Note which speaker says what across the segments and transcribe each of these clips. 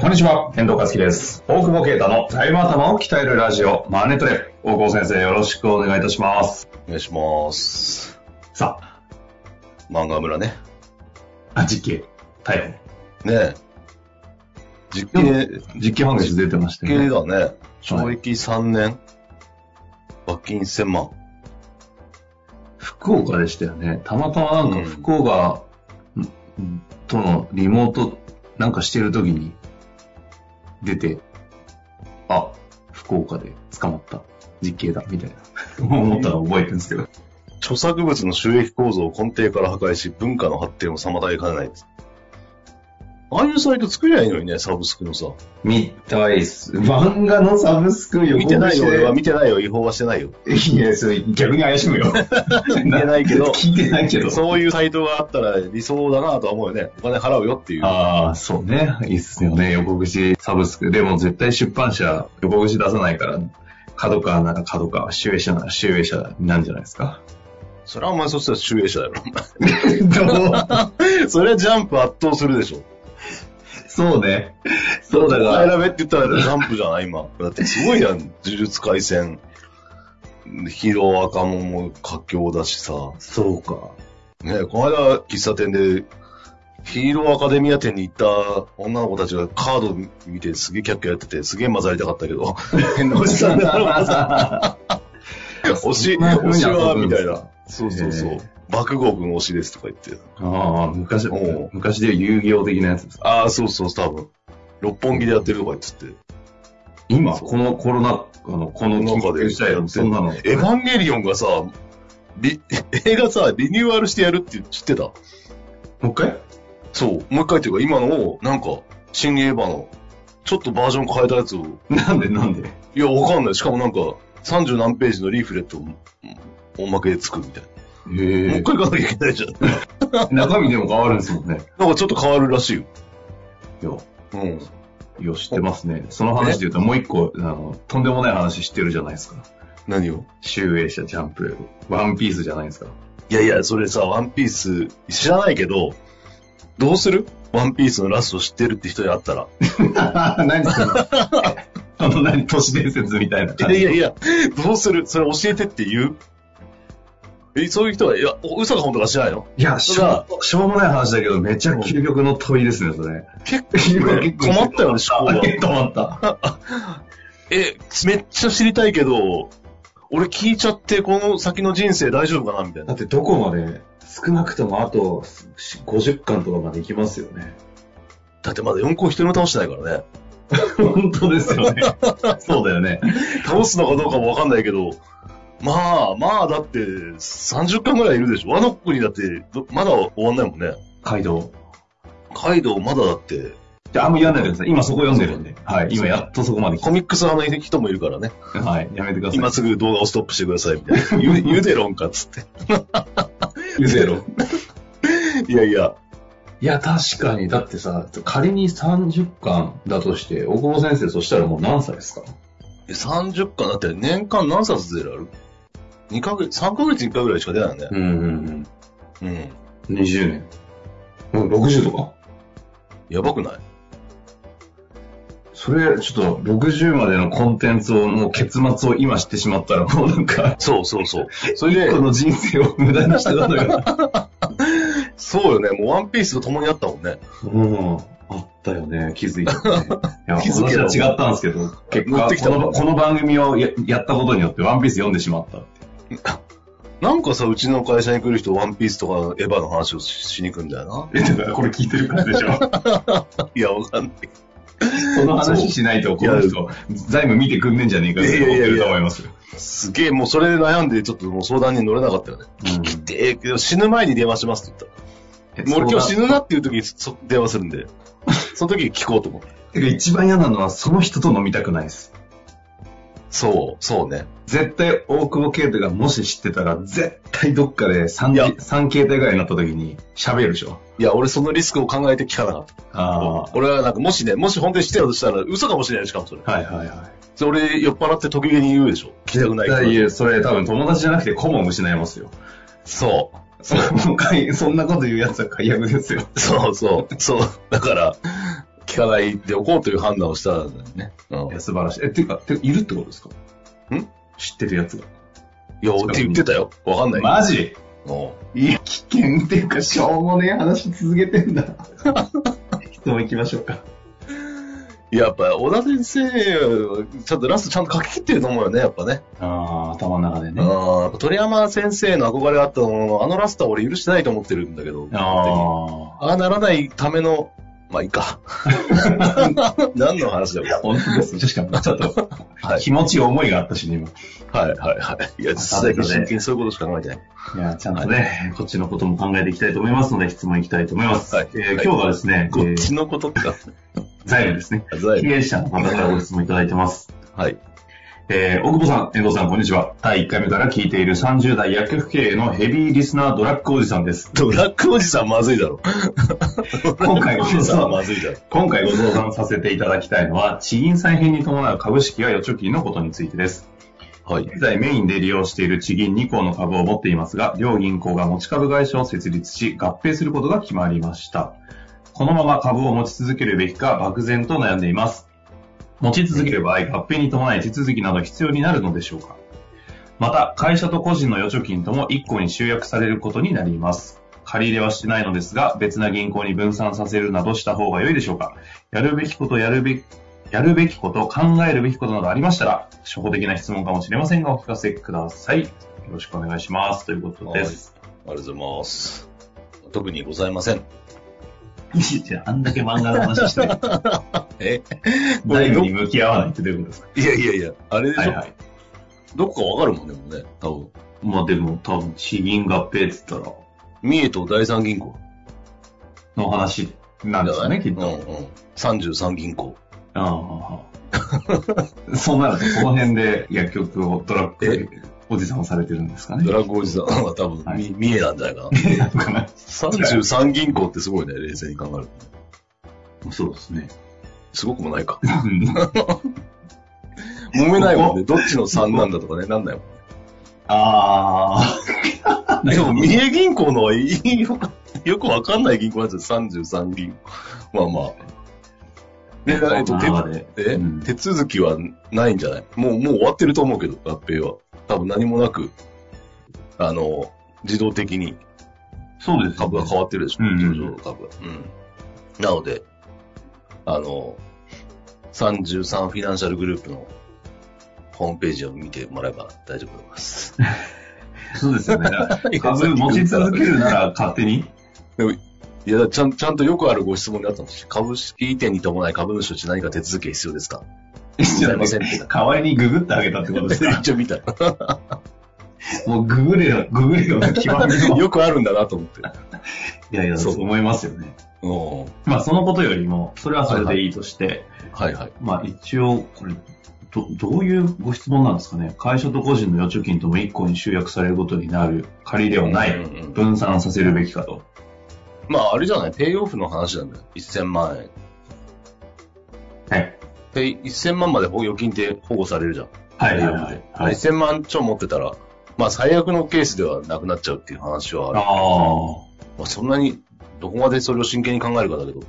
Speaker 1: こんにちは、遠藤和樹です。大久保啓太の財務頭を鍛えるラジオ、マネトレ。大久保先生、よろしくお願いいたします。
Speaker 2: お願いします。
Speaker 1: さあ、
Speaker 2: 漫画村ね。
Speaker 1: あ実刑、逮
Speaker 2: ねえ。実
Speaker 1: 捕。
Speaker 2: 刑、
Speaker 1: 実刑判決出てました
Speaker 2: 実刑
Speaker 1: よね。
Speaker 2: だね。懲役3年。罰金1000万。
Speaker 1: 福岡でしたよね。たまたまなん
Speaker 2: う
Speaker 1: か
Speaker 2: ん
Speaker 1: 福岡うんうんとのリモートなんかしてる時に出て、あ、福岡で捕まった。実刑だ、みた いな。思ったの覚えてるんですけど。
Speaker 2: 著作物の収益構造を根底から破壊し、文化の発展を妨げかねない。ああいうサイト作りゃいいのにね、サブスクのさ。
Speaker 1: 見たいっす。漫画のサブスクよ
Speaker 2: 見てないよ、俺は見てないよ、違法はしてないよ。
Speaker 1: いや、それ逆に怪しむよ。
Speaker 2: 見て ないけど
Speaker 1: 聞いてないけど。
Speaker 2: そういうサイトがあったら理想だなとは思うよね。お金払うよっていう。
Speaker 1: ああ、そうね。いいっすよね。横口サブスク。でも絶対出版社、横口出さないから、角川なら角川、集英社なら集英社なんじゃないです か。
Speaker 2: それはお前そしたら集英者だよ。
Speaker 1: ど
Speaker 2: それはジャンプ圧倒するでしょ。
Speaker 1: うそうね。そうだか
Speaker 2: 前
Speaker 1: ら、
Speaker 2: 選べって言ったらジャンプじゃない、今。だってすごいやん、呪術廻戦。ヒロアカモも佳境だしさ。
Speaker 1: そうか。
Speaker 2: ねこの間、喫茶店で、ヒーローアカデミア店に行った女の子たちがカード見てすげえキャッキャやってて、すげえ混ざりたかった けど、変なおじさんだろ、推し、
Speaker 1: そんな風
Speaker 2: 推
Speaker 1: に
Speaker 2: し
Speaker 1: 遊ぶ
Speaker 2: は、
Speaker 1: ん
Speaker 2: み
Speaker 1: で
Speaker 2: た
Speaker 1: す
Speaker 2: い
Speaker 1: か
Speaker 2: な。そうそうそ
Speaker 1: へ
Speaker 2: う
Speaker 1: え。
Speaker 2: 爆豪君推しですとか言って。
Speaker 1: ああ、昔
Speaker 2: おう、
Speaker 1: 昔で言う遊戯王的なやつですか。
Speaker 2: ああ、そうそう、多分。六本木でやってるとか言ってて。
Speaker 1: 今、
Speaker 2: そう
Speaker 1: このコロナ、あの、この
Speaker 2: 中
Speaker 1: 緊
Speaker 2: で
Speaker 1: 急事態のそんなの。
Speaker 2: エヴァンゲリオンがさ、リ 映画さ、リニューアルしてやるって知ってた
Speaker 1: もう一回
Speaker 2: そう。もう一回っていうか、今のを、なんか、新エヴァの、ちょっとバージョン変えたやつを、
Speaker 1: なんでなんで
Speaker 2: いや、わかんない。しかもなんか、30何ページのリーフレットを、うんおまけでつくみたいな。も
Speaker 1: へ
Speaker 2: う一回行かなきゃいけないじゃん。なんか
Speaker 1: 中身でも変わるんですもんね。
Speaker 2: ちょっと変わるらしいよ。
Speaker 1: いや
Speaker 2: うん。
Speaker 1: よ、知ってますね。その話で言うと、もう一個、あの、とんでもない話知ってるじゃないですか。
Speaker 2: 何を
Speaker 1: 集英社、ジャンプ、ワンピースじゃないですか。
Speaker 2: いやいや、それさ、ワンピース、知らないけど、どうするワンピースのラスト知ってるって人に会ったら。
Speaker 1: 何 その、あの、何、都市伝説みたいない感
Speaker 2: や
Speaker 1: じ。
Speaker 2: いやいや、どうするそれ教えてって言うえ、そういう人は、いや、お嘘か本当か知らないの
Speaker 1: いや、しょう、しょうもない話だけど、めっちゃ究極の問いですね、それ。
Speaker 2: 結
Speaker 1: 今結構
Speaker 2: 構困ったよね、思考が。
Speaker 1: 止まった。
Speaker 2: え、めっちゃ知りたいけど、俺聞いちゃって、この先の人生大丈夫かなみたい
Speaker 1: だ
Speaker 2: な
Speaker 1: っ。てどこまで、少なくともあとし50巻とかまでいきますよね。
Speaker 2: だってまだ4個一人も倒してないからね。
Speaker 1: 本当ですよね。そうだよね。
Speaker 2: 倒すのかどうかもわかんないけど、まあ、まあ、だって、30巻ぐらいいるでしょ。ワノ国だって、どまだ終わんないもんね。
Speaker 1: カイドウ。
Speaker 2: カイドウまだだって、
Speaker 1: じゃあ、あんま言わないでください。今そこ読んでるんで。はい。今やっとそこまで来
Speaker 2: コミックス派の人もいるからね。
Speaker 1: た。はい。やめてください。
Speaker 2: 今すぐ動画をストップしてください、みたいな。 ゆゆでろんかっつって。
Speaker 1: ゆゼロ。
Speaker 2: いやいや、
Speaker 1: いや、確かに。だってさ、仮に30巻だとして、大久保先生、そしたらもう何歳ですか
Speaker 2: 30巻だって年間何冊出るある ?2 ヶ月、3ヶ月に1回ぐらいしか出ないよね。
Speaker 1: うんうん
Speaker 2: うん。
Speaker 1: うん。20年。うん、60とか。
Speaker 2: やばくない
Speaker 1: それ、ちょっと、60までのコンテンツを、もう結末を今知ってしまったら、もうなんか、
Speaker 2: そうそうそう。
Speaker 1: それで、この人生を無駄にしてたのよ。
Speaker 2: そうよね。もうワンピースと共にあったもんね。
Speaker 1: うん。あったよね。気づい た、ね。いや、
Speaker 2: 気づけ
Speaker 1: 私
Speaker 2: た
Speaker 1: は違ったんですけど、結
Speaker 2: 乗
Speaker 1: 果、
Speaker 2: ってきた
Speaker 1: このこの番組をややったことによって、ワンピース読んでしまったって。
Speaker 2: なんかさ、うちの会社に来る人、ワンピースとかエヴァの話をししに行くんだよ
Speaker 1: え、だから これ聞いてるからでしょ。
Speaker 2: な。いや、わかんない。
Speaker 1: その話しないと、この人、財務見てくんねんじゃねえかって思ってると思いますよ。
Speaker 2: すげえ、もうそれで悩んで、ちょっともう相談に乗れなかったよね。
Speaker 1: うん
Speaker 2: で、えー死ぬ前に電話しますって
Speaker 1: え
Speaker 2: 言った。もう俺今日死
Speaker 1: そう
Speaker 2: ぬなっていう時にそ電話する んで、その時に聞こうと思って。
Speaker 1: だてか一番嫌なのは、その人と飲みたくないです。
Speaker 2: そう、そうね。
Speaker 1: 絶対、大久保啓太がもし知ってたら、絶対どっかで
Speaker 2: いや
Speaker 1: 3, 三形態ぐらいになった時に喋るでしょ。
Speaker 2: いや、俺そのリスクを考えて聞かなかった。
Speaker 1: あ
Speaker 2: 俺はなんか、もしね、もし本当にしてたとしたら、嘘かもしれないしかもそれ。
Speaker 1: あ。はいはいはい。
Speaker 2: それ俺、酔っ払って時計に言うでしょ。聞きたくないから
Speaker 1: いや、それ多分友達じゃなくて顧問失いますよ。
Speaker 2: そ
Speaker 1: その解そんなこと言うやつは解約ですよ。
Speaker 2: う。そうそう。そう。だから、聞かないでおこうという判断をしたんだよね。うん
Speaker 1: いや、素晴らしい。え、っていうか、ているってことですか
Speaker 2: ん
Speaker 1: 知ってるやつが。
Speaker 2: いや、って言ってたよ。わかんない。
Speaker 1: マジ
Speaker 2: うん
Speaker 1: いや、危険っていうか、しょうもねえ話続けてん だ。質問行きましょうか。
Speaker 2: いややっぱ、小田先生、ちゃんとラストちゃんと書き切ってると思うよね、やっぱね。
Speaker 1: ああ、頭の中で
Speaker 2: うん。。やっぱ鳥山先生の憧れがあったものの、あのラストは俺許してないと思ってるんだけど。
Speaker 1: あ
Speaker 2: ああならないための、まあい いか。何の話だ
Speaker 1: あ。
Speaker 2: よ。
Speaker 1: 本当です。確かに、ちょっと、
Speaker 2: はい。
Speaker 1: 気持ちいい思いがあったしね、今。
Speaker 2: はい、はい、はい。いや、実際に真剣にそういうことしか考えてない。
Speaker 1: いや、ちゃんとね、こっちのことも考えていきたいと思いますので、質問いきたいと思います。
Speaker 2: はい
Speaker 1: えー今日はですね、
Speaker 2: こ
Speaker 1: え
Speaker 2: っ
Speaker 1: ー
Speaker 2: ちのことか。
Speaker 1: 財務ですね。
Speaker 2: 財
Speaker 1: 経
Speaker 2: 務
Speaker 1: 営者の方からご質問いただいてます。
Speaker 2: はい。
Speaker 1: えー、大久保さん、遠藤さん、こんにちは。第1回目から聞いている30代薬局経営のヘビーリスナードラッグおじさんです。
Speaker 2: ドラッグおじさんまずいだろ。
Speaker 1: 今回ご
Speaker 2: おじ
Speaker 1: 相
Speaker 2: さんま
Speaker 1: 談、
Speaker 2: ずいだろ。
Speaker 1: 今回ご相談させていただきたいのは、地銀再編に伴う株式や預貯金のことについてです。
Speaker 2: はい。
Speaker 1: 現在メインで利用している地銀2項の株を持っていますが、両銀行が持ち株会社を設立し、合併することが決まりました。このまま株を持ち続けるべきか、漠然と悩んでいます。持ち続ける場合、合併に伴い手続きなど必要になるのでしょうかまた、会社と個人の預貯金とも1個に集約されることになります。借り入れはしてないのですが、別な銀行に分散させるなどした方が良いでしょうかやるべきこと、やるべき、やるべきこと、考えるべきことなどありましたら、初歩的な質問かもしれませんが、お聞かせください。よろしくお願いします。ということです。
Speaker 2: ありがとうございます。特にございません。
Speaker 1: いや、あんだけ漫画の話 して、
Speaker 2: え
Speaker 1: 財務に向き合わないってどういうことですか
Speaker 2: いやいやいや、あれでしょ、
Speaker 1: はいはい。
Speaker 2: どこかわかるもんね、もうね。多分。
Speaker 1: まあでも、多分、地銀合併って言ったら、
Speaker 2: 三重と第三銀行。
Speaker 1: の話なんですよね、きっと。
Speaker 2: うんうん。33銀行。
Speaker 1: ああ。 そうなると、この辺で薬局をドラッグおじさんをされてるんですかね
Speaker 2: ド。ラッグおじさんは多分、
Speaker 1: はい
Speaker 2: み三重なんじゃない かな。
Speaker 1: なんかね
Speaker 2: 33銀行ってすごいね、冷静に考えると。
Speaker 1: そうですね。
Speaker 2: すごくもない か。
Speaker 1: うん
Speaker 2: 揉めないもんね。どっちの3なんだとかね、なんないもん。
Speaker 1: ああ。
Speaker 2: でも、三重銀行のはいいよ、よくわかんない銀行なんですよ、33銀行。まあまあ。で、えっと、
Speaker 1: まあまあ
Speaker 2: 手
Speaker 1: ね
Speaker 2: え
Speaker 1: うん
Speaker 2: 手続きはないんじゃないもう、もう終わってると思うけど、合併は。多分何もなく、あの、自動的に
Speaker 1: そうです、
Speaker 2: 株が変わってるでしょ、
Speaker 1: うん
Speaker 2: 上場株が。うん。なので、あの、33フィナンシャルグループのホームページを見てもらえば大丈夫でござ います。
Speaker 1: そうですよ ね。株持ち続けるなら勝手に。
Speaker 2: でも、いや、ちゃん、ちゃんとよくあるご質問にあったんですよ株式移転に伴い株主として何か手続きが必要ですか
Speaker 1: じ
Speaker 2: ござ
Speaker 1: ゃ
Speaker 2: いませんって。
Speaker 1: 代わりにググってあげたってことですね。
Speaker 2: 一応見 た。
Speaker 1: もうググれよ、ググれよが極め の。い
Speaker 2: よくあるんだなと思って。
Speaker 1: やいや、
Speaker 2: そ
Speaker 1: そうう思いますよね。
Speaker 2: うん。
Speaker 1: まあ、そのことよりも、それはそれでいいとして、
Speaker 2: はいはい。
Speaker 1: まあ一応、これ、ど、どういうご質問なんですかね。会社と個人の預貯金とも一個に集約されることになる。借り入れはな
Speaker 2: う
Speaker 1: い。
Speaker 2: んうん
Speaker 1: 分散させるべきかと。
Speaker 2: まあ、あれじゃないペイオフの話なんだよ。1000万円。
Speaker 1: はい。
Speaker 2: ペイ、1000万まで保有金って保護されるじゃん。
Speaker 1: はいはい
Speaker 2: は
Speaker 1: はいい。
Speaker 2: は、
Speaker 1: はいい、
Speaker 2: 1000万超持ってたら、まあ最悪のケースではなくなっちゃうっていう話はある。
Speaker 1: ああ。
Speaker 2: まあ、そんなに、どこまでそれを真剣に考えるかだけど、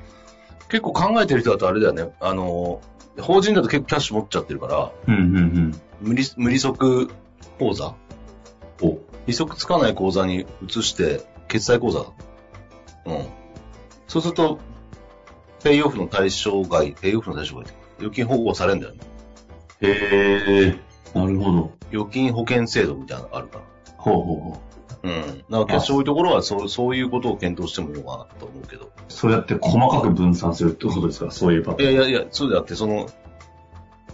Speaker 2: 結構考えてる人だとあれだよね、あの、法人だと結構キャッシュ持っちゃってるから、
Speaker 1: うんうん
Speaker 2: 無利無利息口座
Speaker 1: うん。お、
Speaker 2: 利息つかない口座に移して、決済口座。うん。そうすると、ペイオフの対象外、ペイオフの対象外って、預金保護されるんだよね。
Speaker 1: へえ。なるほど。
Speaker 2: 預金保険制度みたいなのがあるから。
Speaker 1: ほうほうほう。
Speaker 2: うん。なんか、決勝多いところは、そう、そういうことを検討してもいいのかなと思うけど。
Speaker 1: そうやって細かく分散するってことですかそういうパ
Speaker 2: い
Speaker 1: ターン。
Speaker 2: やいやいや、そうであって、その、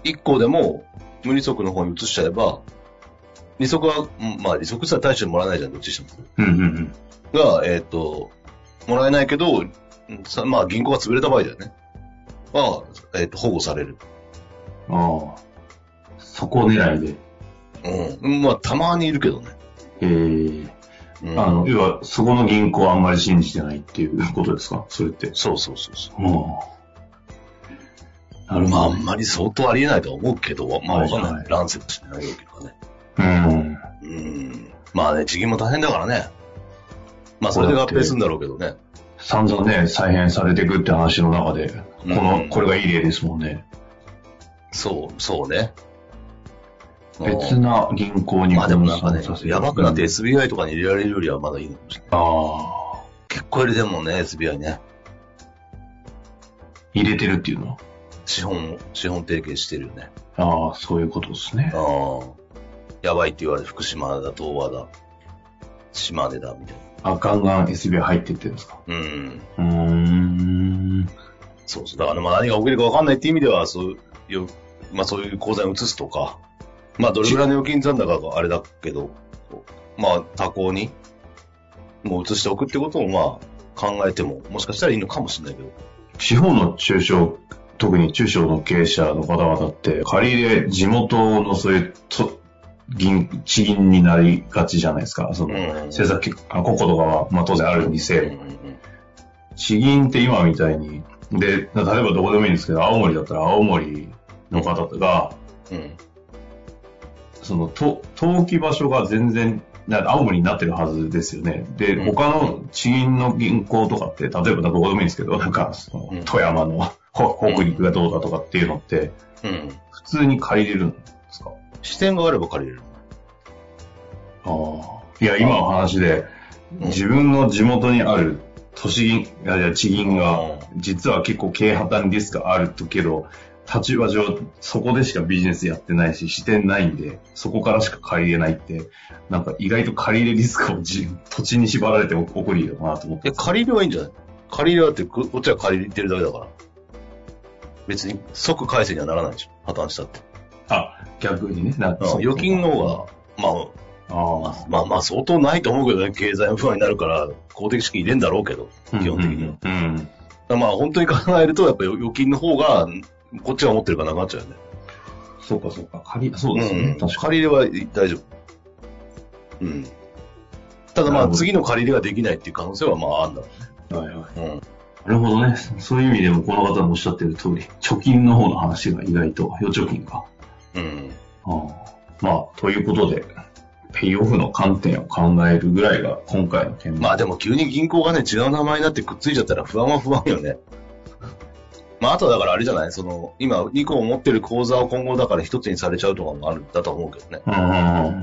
Speaker 2: 一個でも、無利息の方に移しちゃえば、利息は、うんまあ利息したら大してもらえないじゃん、どっちにして
Speaker 1: うんうんうん。
Speaker 2: も。が、えっ、と、もらえないけど、うんさまあ銀行が潰れた場合だよね。は、えっ、と、保護される。
Speaker 1: ああ。そこ狙いで。
Speaker 2: うん。まあたまにいるけどね。
Speaker 1: え
Speaker 2: う
Speaker 1: え
Speaker 2: ん、
Speaker 1: あの、要は、そこの銀行はあんまり信じてないっていうことですかそれって。
Speaker 2: そうそうそうそう。
Speaker 1: うん。なる
Speaker 2: まあ、あ
Speaker 1: ほ
Speaker 2: んまり相当ありえないとは思うけど、まあ、わかん
Speaker 1: は
Speaker 2: ないい。乱世としてないわけどね。
Speaker 1: ど。うん。
Speaker 2: うん。まあね、地銀も大変だからね。まあ、それで合併するんだろうけどね。
Speaker 1: 散々ね、再編されていくって話の中で、こ
Speaker 2: う
Speaker 1: の、
Speaker 2: ん
Speaker 1: これがいい例ですもんね。
Speaker 2: そう、そうね。
Speaker 1: 別な銀行に
Speaker 2: まあでもなんかね
Speaker 1: 分散させ、る
Speaker 2: やばくなって SBI とかに入れられるよりはまだいいのかもしれない。
Speaker 1: ああ。
Speaker 2: 結構入れてるもんね、SBI ね。
Speaker 1: 入れてるっていうのは。
Speaker 2: 資本を、資本提携してるよね。
Speaker 1: ああ、そういうことですね。
Speaker 2: ああ。やばいって言われて、福島だ、東和だ、島根だ、みたい
Speaker 1: あ、ガンガン SB 入ってってるんですか。
Speaker 2: な。うん。
Speaker 1: うーん。
Speaker 2: そうそう。だから、まあ何が起きるか分かんないっていう意味では、そういう、まあそういう口座に移すとか、まあどれぐらいの預金残高があれだけど、まあ他行に、もう移しておくってことを、まあ考えても、もしかしたらいいのかもしれないけど。
Speaker 1: 地方の中小、特に中小の経営者の方々って、借り入れ、地元のそういう、と銀、地銀になりがちじゃないですか。その、
Speaker 2: うん
Speaker 1: 政策結あ、個々とかは、まあ当然あるにせよ。地銀って今みたいに、で、例えばどこでもいいんですけど、青森だったら青森の方が、
Speaker 2: うん。うん。
Speaker 1: その、と、登記場所が全然、な青森になってるはずですよね。で、
Speaker 2: うん
Speaker 1: 他の地銀の銀行とかって、例えばどこでもいいんですけど、なんか、その
Speaker 2: うん
Speaker 1: 富山のほ北陸がどうだとかっていうのって、
Speaker 2: うん。
Speaker 1: 普通に借りれるんですか
Speaker 2: 視点があれば借りれる。
Speaker 1: ああ。いや、今の話で、自分の地元にある都市銀、いやいや地銀が、実は結構経営破綻リスクあるとけど、立場上、そこでしかビジネスやってないし、視点ないんで、そこからしか借りれないって、なんか意外と借り入れリスクをじ土地に縛られて起起こりよなと思って。
Speaker 2: え、借りればいいんじゃない借りればって、ここっちは借りてるだけだから。別に即返せにはならないでしょ。破綻したって。
Speaker 1: あ、逆にね。なそう
Speaker 2: 預金の方が、ま
Speaker 1: あ
Speaker 2: あ、まあまあ相当ないと思うけどね、経済不安になるから、公的資金入れんだろうけど、
Speaker 1: あ、
Speaker 2: 基本的には。
Speaker 1: うんうんうん。
Speaker 2: まあ本当に考えると、やっぱり預金の方が、こっちが持ってるからなくなっちゃうよね。
Speaker 1: そうかそうか、借り、そうですよね。確か
Speaker 2: 借り入れは大丈夫。うん。ただ
Speaker 1: な
Speaker 2: ま
Speaker 1: る
Speaker 2: あ
Speaker 1: ほど
Speaker 2: 次の借り入れができないっていう可能性はまああるんだろ。
Speaker 1: に。はいはいう
Speaker 2: うん。
Speaker 1: なるほどね。そういう意味でもこの方のおっしゃってる通り、貯金の方の話が意外と、預貯金か。
Speaker 2: うん。
Speaker 1: ああまあ、ということで、ペイオフの観点を考えるぐらいが今回の件
Speaker 2: ま
Speaker 1: あ、
Speaker 2: あでも急に銀行がね、違う名前になってくっついちゃったら不安は不安よね。 まああとはだからあれじゃないその、今2個持ってる口座を今後だから1つにされちゃうとかもあるんだと思うけどね。
Speaker 1: うんうんうん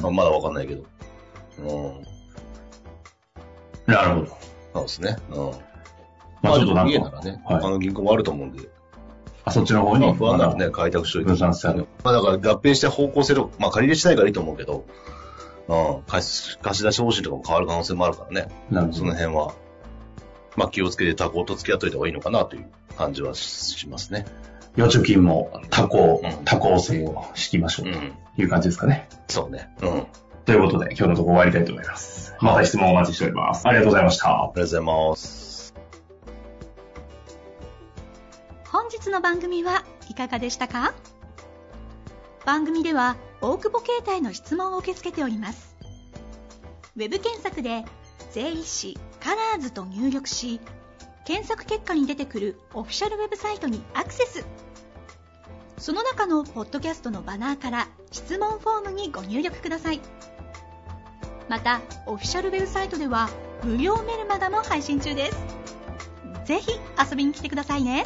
Speaker 2: まあ、まだわかんないけど。うん。
Speaker 1: なるほど。
Speaker 2: そうですね。うん。
Speaker 1: ま
Speaker 2: ま
Speaker 1: あちょ
Speaker 2: あち
Speaker 1: っ
Speaker 2: ょ
Speaker 1: と
Speaker 2: っ
Speaker 1: なんか
Speaker 2: と家ならね、
Speaker 1: はい
Speaker 2: 他の銀行もあると思うんで、
Speaker 1: あ、そっちの方
Speaker 2: ま
Speaker 1: に。
Speaker 2: あ不安ならね、開拓しといて。
Speaker 1: 分散してある
Speaker 2: まあだから合併して方向性とか、まあ借り入れしたいからいいと思うけど、うん、貸し貸し出し方針とかも変わる可能性もあるからね。
Speaker 1: まだ。なる
Speaker 2: そ
Speaker 1: ほ
Speaker 2: の
Speaker 1: ど。
Speaker 2: 辺は、まあ気をつけて他行と付き合っといた方がいいのかなという感じはしますね。
Speaker 1: 預貯金も多幸
Speaker 2: う、ん
Speaker 1: 多幸性を敷きましょう
Speaker 2: うん。
Speaker 1: という感じですかね。
Speaker 2: そうね。うん。ありが
Speaker 1: ということで、今日のところ終わりたいと思います。また質問お待ちしております。ありがとうございました。
Speaker 2: とうございます。
Speaker 3: 本日の番組はいかがでしたか番組では大久保携帯の質問を受け付けておりますウェブ検索で「税理士カラーズと入力し検索結果に出てくるオフィシャルウェブサイトにアクセスその中のポッドキャストのバナーから質問フォームにご入力くださいまたオフィシャルウェブサイトでは無料メルマガも配信中ですぜひ遊びに来てくださいね